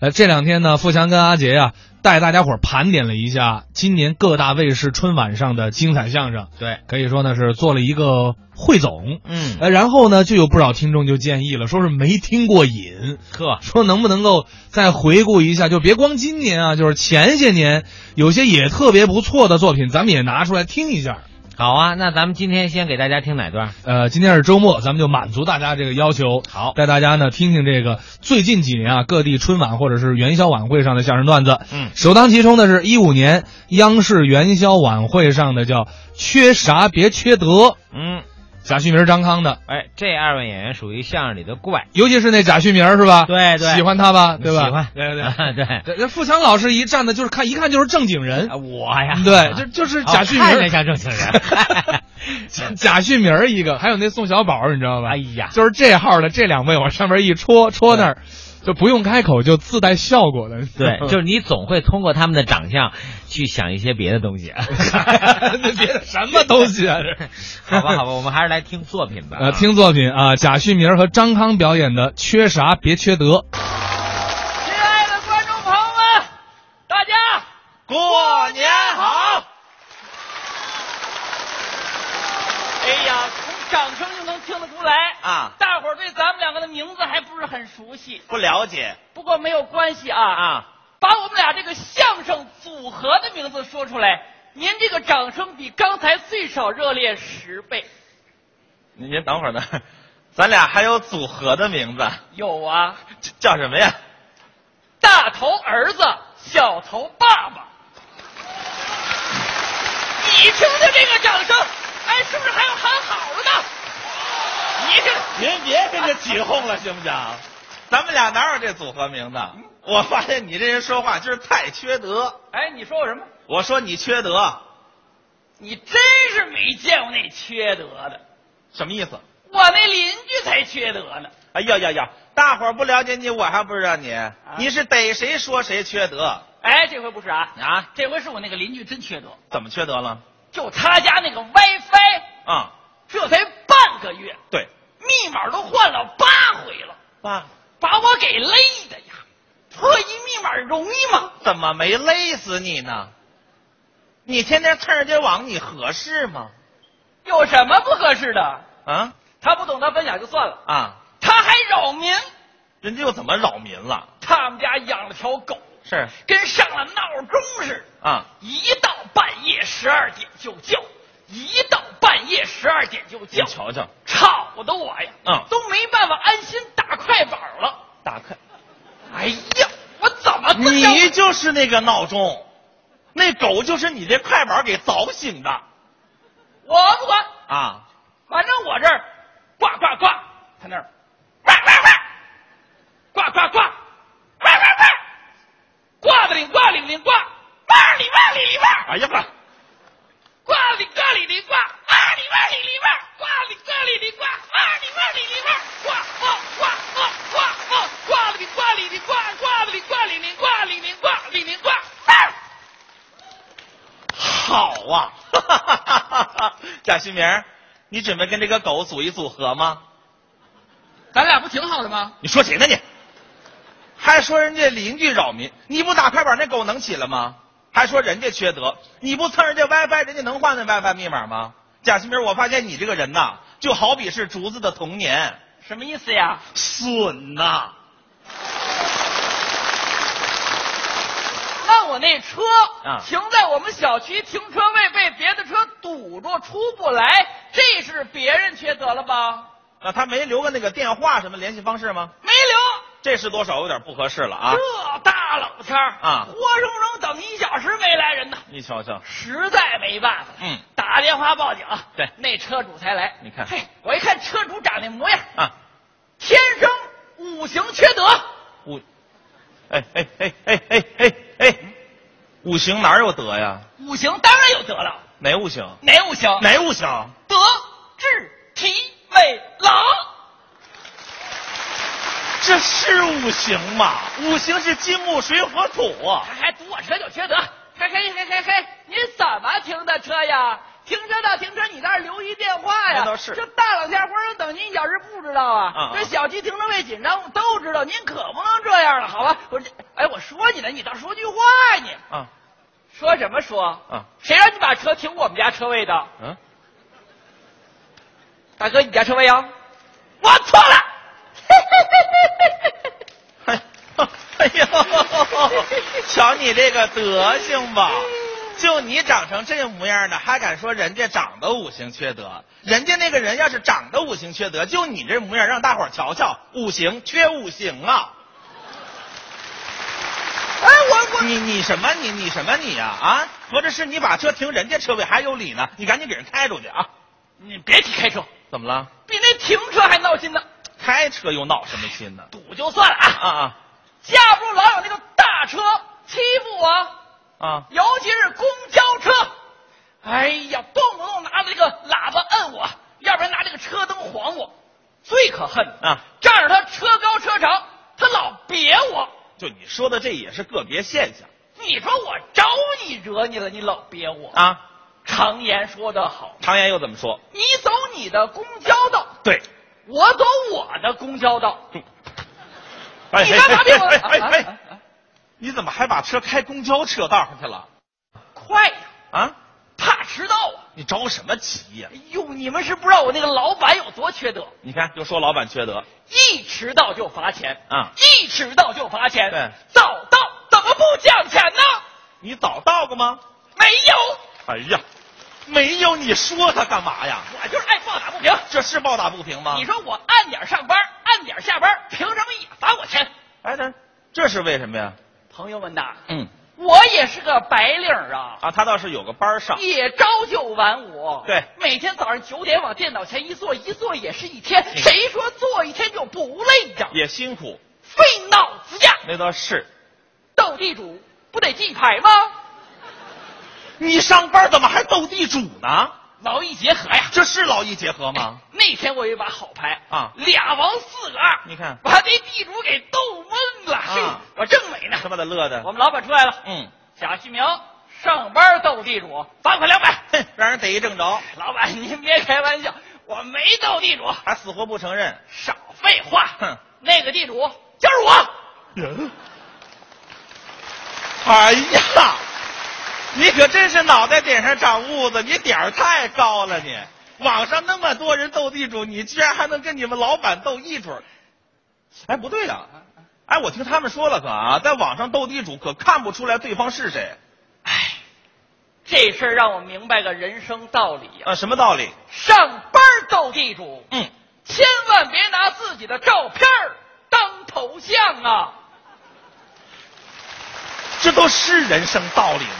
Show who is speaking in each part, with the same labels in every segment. Speaker 1: 呃，这两天呢，富强跟阿杰呀、带大家伙儿盘点了一下今年各大卫视春晚上的精彩相声，
Speaker 2: 对，
Speaker 1: 可以说呢是做了一个汇总。
Speaker 2: 嗯，
Speaker 1: 呃，然后呢，就有不少听众就建议了，说是没听过瘾，
Speaker 2: 呵，
Speaker 1: 说能不能够再回顾一下，就别光今年啊，就是前些年有些也特别不错的作品，咱们也拿出来听一下。
Speaker 2: 好啊，那咱们今天先给大家听哪段？
Speaker 1: 呃，今天是周末，咱们就满足大家这个要求，
Speaker 2: 好，
Speaker 1: 带大家呢听听这个最近几年啊各地春晚或者是元宵晚会上的相声段子。
Speaker 2: 嗯，
Speaker 1: 首当其冲的是一五年央视元宵晚会上的叫“缺啥别缺德
Speaker 2: 嗯，”，
Speaker 1: 贾旭明、张康的，
Speaker 2: 哎，这二位演员属于相声里的怪，
Speaker 1: 尤其是那贾旭明是吧？
Speaker 2: 对对
Speaker 1: 喜欢他吧？对吧？
Speaker 2: 喜欢
Speaker 1: 对对
Speaker 2: 啊 对，
Speaker 1: 对。这富强老师一站的就是看一看就是正经人
Speaker 2: 啊，我呀，
Speaker 1: 对，就就是
Speaker 2: 哦
Speaker 1: 贾旭
Speaker 2: 看着
Speaker 1: 明，。
Speaker 2: 像正经人
Speaker 1: 贾旭明一个，还有那宋小宝，你知道吧？
Speaker 2: 哎呀，
Speaker 1: 就是这号的这两位往上面一戳，戳那儿就不用开口就自带效果的。
Speaker 2: 对， 就是你总会通过他们的长相去想一些别的东西。啊
Speaker 1: 那别的什么东西啊？这
Speaker 2: 好吧，好吧，我们还是来听作品吧。
Speaker 1: 呃，听作品啊，贾旭明和张康表演的《缺啥别缺德》。
Speaker 3: 亲爱的观众朋友们，大家过年好！哎呀，从掌声就能听得出来
Speaker 4: 啊
Speaker 3: 大伙儿对咱们两个的名字还不是很熟悉，
Speaker 4: 不了解
Speaker 3: 不过没有关系啊
Speaker 4: 啊，
Speaker 3: 把我们俩这个相声组合的名字说出来，您这个掌声比刚才最少热烈十倍。
Speaker 4: 您您等会儿呢，咱俩还有组合的名字，
Speaker 3: 有啊，
Speaker 4: 这叫什么呀？
Speaker 3: 大头儿子，小头爸爸。你听听这个掌声，哎，是不是还有喊好的？你这
Speaker 4: 您别跟着起哄了，行不行？咱们俩哪有这组合名字？我发现你这人说话就是太缺德。
Speaker 3: 哎，你说我什么？
Speaker 4: 我说你缺德，
Speaker 3: 你真是没见过那缺德的，
Speaker 4: 什么意思？
Speaker 3: 我那邻居才缺德呢。
Speaker 4: 哎呀呀呀！大伙儿不了解你，我还不知道你，你是逮谁说谁缺德
Speaker 3: 啊哎，这回不是啊，
Speaker 4: 啊？
Speaker 3: 这回是我那个邻居真缺德，
Speaker 4: 怎么缺德了？
Speaker 3: 就他家那个 WiFi，
Speaker 4: 啊、
Speaker 3: 这才半个月，
Speaker 4: 对，
Speaker 3: 密码都换了八回了，
Speaker 4: 爸，
Speaker 3: 把我给累的呀！破译密码容易吗？
Speaker 4: 怎么没勒死你呢？你天天蹭人家网，你合适吗？
Speaker 3: 有什么不合适的？
Speaker 4: 啊
Speaker 3: 他不懂他分享就算了，
Speaker 4: 啊！
Speaker 3: 他还扰民。
Speaker 4: 人家又怎么扰民了？
Speaker 3: 他们家养了条狗，
Speaker 4: 是
Speaker 3: 跟上了闹钟似的，
Speaker 4: 啊，
Speaker 3: 一到半夜十二点就叫，一到半夜十二点就
Speaker 4: 您
Speaker 3: 叫，
Speaker 4: 瞧瞧，
Speaker 3: 吵得我呀，
Speaker 4: 嗯
Speaker 3: 都没办法安心打快板了。
Speaker 4: 打开，
Speaker 3: 哎呀，我怎么这样
Speaker 4: 你就是那个闹钟，那狗就是你这快板给凿醒的
Speaker 3: 我不管，
Speaker 4: 啊！
Speaker 3: 反正我这儿呱呱呱，他那儿呱呱呱，呱呱呱，呱呱呱，呱的铃呱铃铃呱，呱里呱里里呱，
Speaker 4: 哎呀妈，
Speaker 3: 呱里呱里里呱，呱里呱里里呱，呱里呱里里呱，呱里呱里里呱，呱呱呱呱呱呱，呱里呱里里呱，呱里呱里里呱里里呱里里呱，
Speaker 4: 好啊！ 贾旭明，你准备跟这个狗组一组合吗？
Speaker 3: 咱俩不挺好的吗？
Speaker 4: 你说谁呢你？还说人家邻居扰民，你不打快板，那狗能起来吗？还说人家缺德，你不蹭人家 WiFi，人家能换那 WiFi 密码吗？贾新明，我发现你这个人呐，就好比是竹子的童年，
Speaker 3: 什么意思呀？
Speaker 4: 损呐、
Speaker 3: 那我那车
Speaker 4: 啊
Speaker 3: 停在我们小区停车位被别的车堵住，出不来，这是别人缺德了吧？
Speaker 4: 那他没留个那个电话什么联系方式吗？
Speaker 3: 没留，
Speaker 4: 这事多少有点不合适了啊！
Speaker 3: 这大冷天儿
Speaker 4: 啊
Speaker 3: 活生生等一小时没来人呢，
Speaker 4: 你瞧瞧，
Speaker 3: 实在没办法，
Speaker 4: 嗯，
Speaker 3: 打电话报警，
Speaker 4: 对
Speaker 3: 那车主才来。
Speaker 4: 你看
Speaker 3: 嘿，我一看车主长那模样，
Speaker 4: 啊，
Speaker 3: 天生五行缺德，
Speaker 4: 五，哎哎哎哎哎哎哎，五行哪有德呀？
Speaker 3: 五行当然有德了，
Speaker 4: 哪五行？
Speaker 3: 哪五行？
Speaker 4: 哪五行？
Speaker 3: 德智体美劳。
Speaker 4: 这是五行吗？五行是金木水火土啊。
Speaker 3: 还还堵我车就缺德！嘿嘿嘿嘿嘿，您怎么停的车呀？停车到停车，你倒是留一电话呀。
Speaker 4: 那倒是
Speaker 3: 这大冷天儿光等您一小时不知道啊。
Speaker 4: 啊啊
Speaker 3: 这小区停车位紧张都知道，您可不能这样了，好吧？我这，哎，我说你呢，你倒说句话呀你。
Speaker 4: 啊
Speaker 3: 说什么说？
Speaker 4: 啊
Speaker 3: 谁让你把车停我们家车位的？
Speaker 4: 嗯，
Speaker 3: 大哥，你家车位啊？我错了。
Speaker 4: 哎哎呦，瞧你这个德行吧，就你长成这模样的，还敢说人家长得五行缺德？人家那个人要是长得五行缺德，就你这模样，让大伙儿瞧瞧，五行缺五行啊！
Speaker 3: 哎，我我
Speaker 4: 你你什么你你什么你呀啊合着是你把车停人家车位还有理呢？你赶紧给人开出去啊！
Speaker 3: 你别提开车，
Speaker 4: 怎么了？
Speaker 3: 比那停车还闹心呢。
Speaker 4: 开车又闹什么心呢？
Speaker 3: 堵就算了
Speaker 4: 啊
Speaker 3: 啊，
Speaker 4: 啊
Speaker 3: 架不住老有那个大车欺负我。
Speaker 4: 啊！
Speaker 3: 尤其是公交车，哎呀，动不动拿着这个喇叭摁我，要不然拿这个车灯晃我。最可恨的
Speaker 4: 啊，
Speaker 3: 仗着他车高车长，他老别我。
Speaker 4: 就你说的这也是个别现象
Speaker 3: 你说我招你惹你了，你老别我。
Speaker 4: 啊！
Speaker 3: 常言说得好，
Speaker 4: 常言又怎么说？
Speaker 3: 你走你的公交道，
Speaker 4: 对，
Speaker 3: 我走我的公交道。
Speaker 4: 哎
Speaker 3: 你干嘛别我？
Speaker 4: 哎哎哎
Speaker 3: 啊
Speaker 4: 哎
Speaker 3: 啊啊
Speaker 4: 你怎么还把车开公交车道上去了？
Speaker 3: 快呀，
Speaker 4: 啊，
Speaker 3: 怕迟到啊！
Speaker 4: 你着什么急呀、
Speaker 3: 哎呦，你们是不知道我那个老板有多缺德。
Speaker 4: 你看，就说老板缺德，
Speaker 3: 一迟到就罚钱
Speaker 4: 啊
Speaker 3: 一迟到就罚钱。
Speaker 4: 对，
Speaker 3: 早到怎么不讲钱呢？
Speaker 4: 你早到过吗？
Speaker 3: 没有，
Speaker 4: 哎呀，没有，你说他干嘛呀？
Speaker 3: 我哎就是爱抱打不平。
Speaker 4: 这是暴打不平吗？
Speaker 3: 你说我按点上班，按点下班，凭什么也罚我钱？
Speaker 4: 哎，这这是为什么呀？
Speaker 3: 朋友们呐，
Speaker 4: 嗯，
Speaker 3: 我也是个白领儿啊，
Speaker 4: 啊，他倒是有个班儿上，
Speaker 3: 也朝九晚五。
Speaker 4: 对
Speaker 3: 每天早上九点往电脑前一坐，一坐也是一天。谁说坐一天就不累呀？
Speaker 4: 也辛苦，
Speaker 3: 费脑子呀！
Speaker 4: 那倒是。
Speaker 3: 斗地主不得记牌吗？
Speaker 4: 你上班怎么还斗地主呢？
Speaker 3: 劳逸结合呀。哎
Speaker 4: 这是劳逸结合吗？
Speaker 3: 那天我有一把好牌
Speaker 4: 啊
Speaker 3: 俩王四个二，
Speaker 4: 你看
Speaker 3: 把那地主给逗懵了。
Speaker 4: 啊
Speaker 3: 嘿，我正美呢
Speaker 4: 他，妈的乐
Speaker 3: 我
Speaker 4: 的，
Speaker 3: 们老板出来了，
Speaker 4: 嗯，
Speaker 3: 贾旭明上班斗地主，罚款两百。
Speaker 4: 哼，让人逮一正着，
Speaker 3: 老板您别开玩笑，我没斗地主，
Speaker 4: 还死活不承认。
Speaker 3: 少废话。
Speaker 4: 哼
Speaker 3: 那个地主就是我。
Speaker 4: 人。哎呀，你可真是脑袋顶上长痦子，你点儿太高了你。网上那么多人斗地主，你居然还能跟你们老板斗一准儿？哎，不对呀、哎，我听他们说了可啊，在网上斗地主可看不出来对方是谁
Speaker 3: 哎，这事儿让我明白个人生道理呀、
Speaker 4: 啊，什么道理？
Speaker 3: 上班斗地主，
Speaker 4: 嗯，
Speaker 3: 千万别拿自己的照片儿当头像啊。
Speaker 4: 这都是人生道理吗？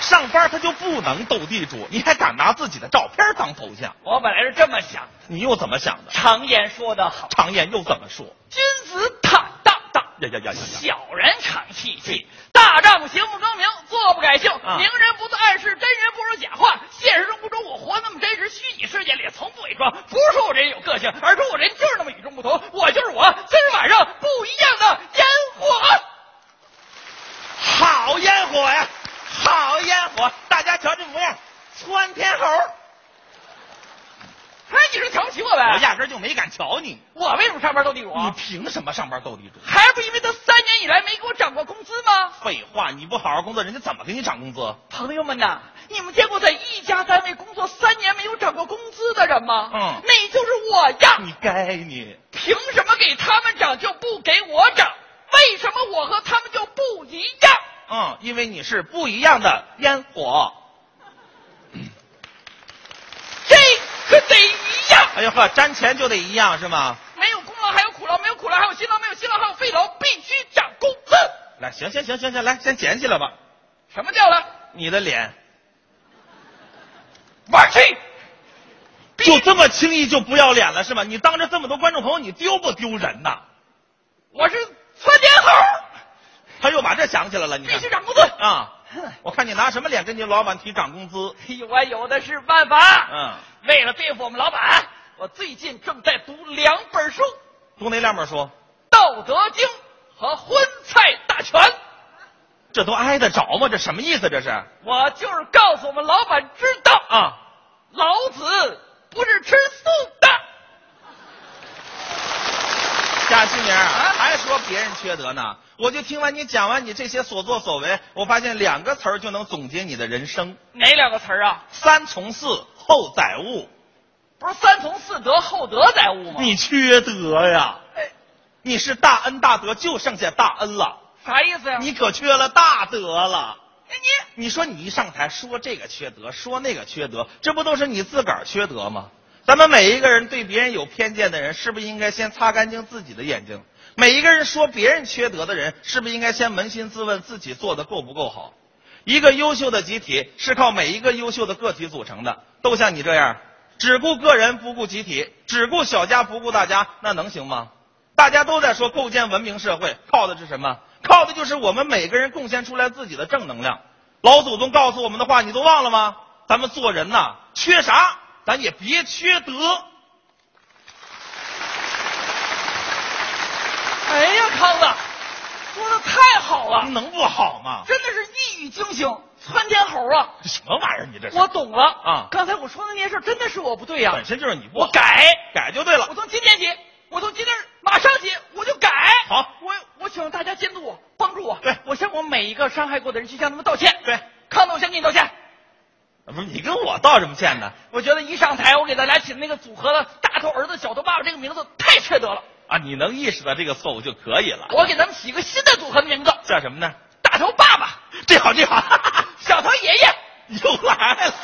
Speaker 4: 上班他就不能斗地主，你还敢拿自己的照片当头像？
Speaker 3: 我本来是这么想，
Speaker 4: 你又怎么想的？
Speaker 3: 常言说得好，
Speaker 4: 常言又怎么说？
Speaker 3: 君子坦荡荡，
Speaker 4: 呀呀呀呀呀！
Speaker 3: 小人长戚戚。大丈夫行不更名，坐不改姓。
Speaker 4: 啊
Speaker 3: 明人不自暗示，真人不如假话。现实生活中我活那么真实，虚拟世界里从不伪装。不是说我这人有个性，而是我这人就是那么与众不同。我就是我，今儿晚上不一样的烟火。
Speaker 4: 好烟火呀，好烟火！大家瞧这模样，窜天猴！
Speaker 3: 哎，你是瞧不起我呗？
Speaker 4: 我压根儿就没敢瞧你，
Speaker 3: 我为什么上班斗地主
Speaker 4: 你
Speaker 3: 啊？
Speaker 4: 凭什么上班斗地主？
Speaker 3: 还不因为他三年以来没给我涨过工资吗？
Speaker 4: 废话，你不好好工作，人家怎么给你涨工资？
Speaker 3: 朋友们呐，你们见过在一家单位工作三年没有涨过工资的人吗？
Speaker 4: 嗯
Speaker 3: 那就是我呀！
Speaker 4: 你该你！
Speaker 3: 凭什么给他们涨就不给我涨？为什么我和他们就不一样？
Speaker 4: 嗯，因为你是不一样的烟火。
Speaker 3: 这可得一样！
Speaker 4: 哎呦呵，瞻前就得一样是吗？
Speaker 3: 没有功劳还有苦劳，没有苦劳还有辛劳，没有辛劳还有费劳，必须涨工资。
Speaker 4: 来，行行行行行，来先捡起来吧。
Speaker 3: 什么叫了？
Speaker 4: 你的脸
Speaker 3: 玩去！
Speaker 4: 就这么轻易就不要脸了是吗？你当着这么多观众朋友，你丢不丢人呐？
Speaker 3: 我是窜天猴，
Speaker 4: 他又把这想起来了，你
Speaker 3: 啊必
Speaker 4: 看
Speaker 3: 须涨工资。
Speaker 4: 啊！我看你拿什么脸跟你老板提涨工资？
Speaker 3: 有啊，有的是办法。
Speaker 4: 嗯，
Speaker 3: 为了对付我们老板，我最近正在读两本书，《
Speaker 4: 读哪两本书？
Speaker 3: 道德经》和《荤菜大全》。
Speaker 4: 这都挨得着吗？这什么意思？这是
Speaker 3: 我就是告诉我们老板知道，
Speaker 4: 啊，
Speaker 3: 老子不是吃素的。
Speaker 4: 贾新明啊，还说别人缺德呢？我就听完你讲完你这些所作所为，我发现两个词儿就能总结你的人生：
Speaker 3: 哪两个词儿啊？
Speaker 4: 三从四，后载物。
Speaker 3: 不是三从四德，后德载物吗？
Speaker 4: 你缺德呀！你是大恩大德，就剩下大恩了，
Speaker 3: 啥意思呀、
Speaker 4: 你可缺了大德了。
Speaker 3: 哎你
Speaker 4: 你说你一上台说这个缺德，说那个缺德，这不都是你自个儿缺德吗？咱们每一个人对别人有偏见的人，是不是应该先擦干净自己的眼睛？每一个人说别人缺德的人，是不是应该先扪心自问自己做的够不够好？一个优秀的集体是靠每一个优秀的个体组成的，都像你这样，只顾个人不顾集体，只顾小家不顾大家，那能行吗？大家都在说构建文明社会，靠的是什么？靠的就是我们每个人贡献出来自己的正能量。老祖宗告诉我们的话，你都忘了吗？咱们做人呐，缺啥咱也别缺德。
Speaker 3: 哎呀，康子，说的太好了，
Speaker 4: 能不好吗？
Speaker 3: 真的是一语惊醒，窜天猴啊！
Speaker 4: 这什么玩意儿？你这是
Speaker 3: 我懂了
Speaker 4: 啊
Speaker 3: 刚才我说的那些事儿真的是我不对呀、
Speaker 4: 本身就是你不好
Speaker 3: 我改，
Speaker 4: 改就对
Speaker 3: 我
Speaker 4: 了。
Speaker 3: 从今天起，我从今天马上起我就改。
Speaker 4: 好
Speaker 3: 我我请大家监督我，帮助我。
Speaker 4: 对
Speaker 3: 我向我每一个伤害过的人去向他们道歉。
Speaker 4: 对，
Speaker 3: 康总，我先给你道歉。
Speaker 4: 不是你跟我道什么歉呢？
Speaker 3: 我觉得一上台，我给大家起的那个组合了“大头儿子、小头爸爸”这个名字太缺德了。
Speaker 4: 啊，你能意识到这个错误就可以了。
Speaker 3: 我给咱们起一个新的组合的名字
Speaker 4: 叫什么呢？
Speaker 3: “大头爸爸
Speaker 4: 这好，这好，”，
Speaker 3: 小头爷爷。
Speaker 4: 又来了。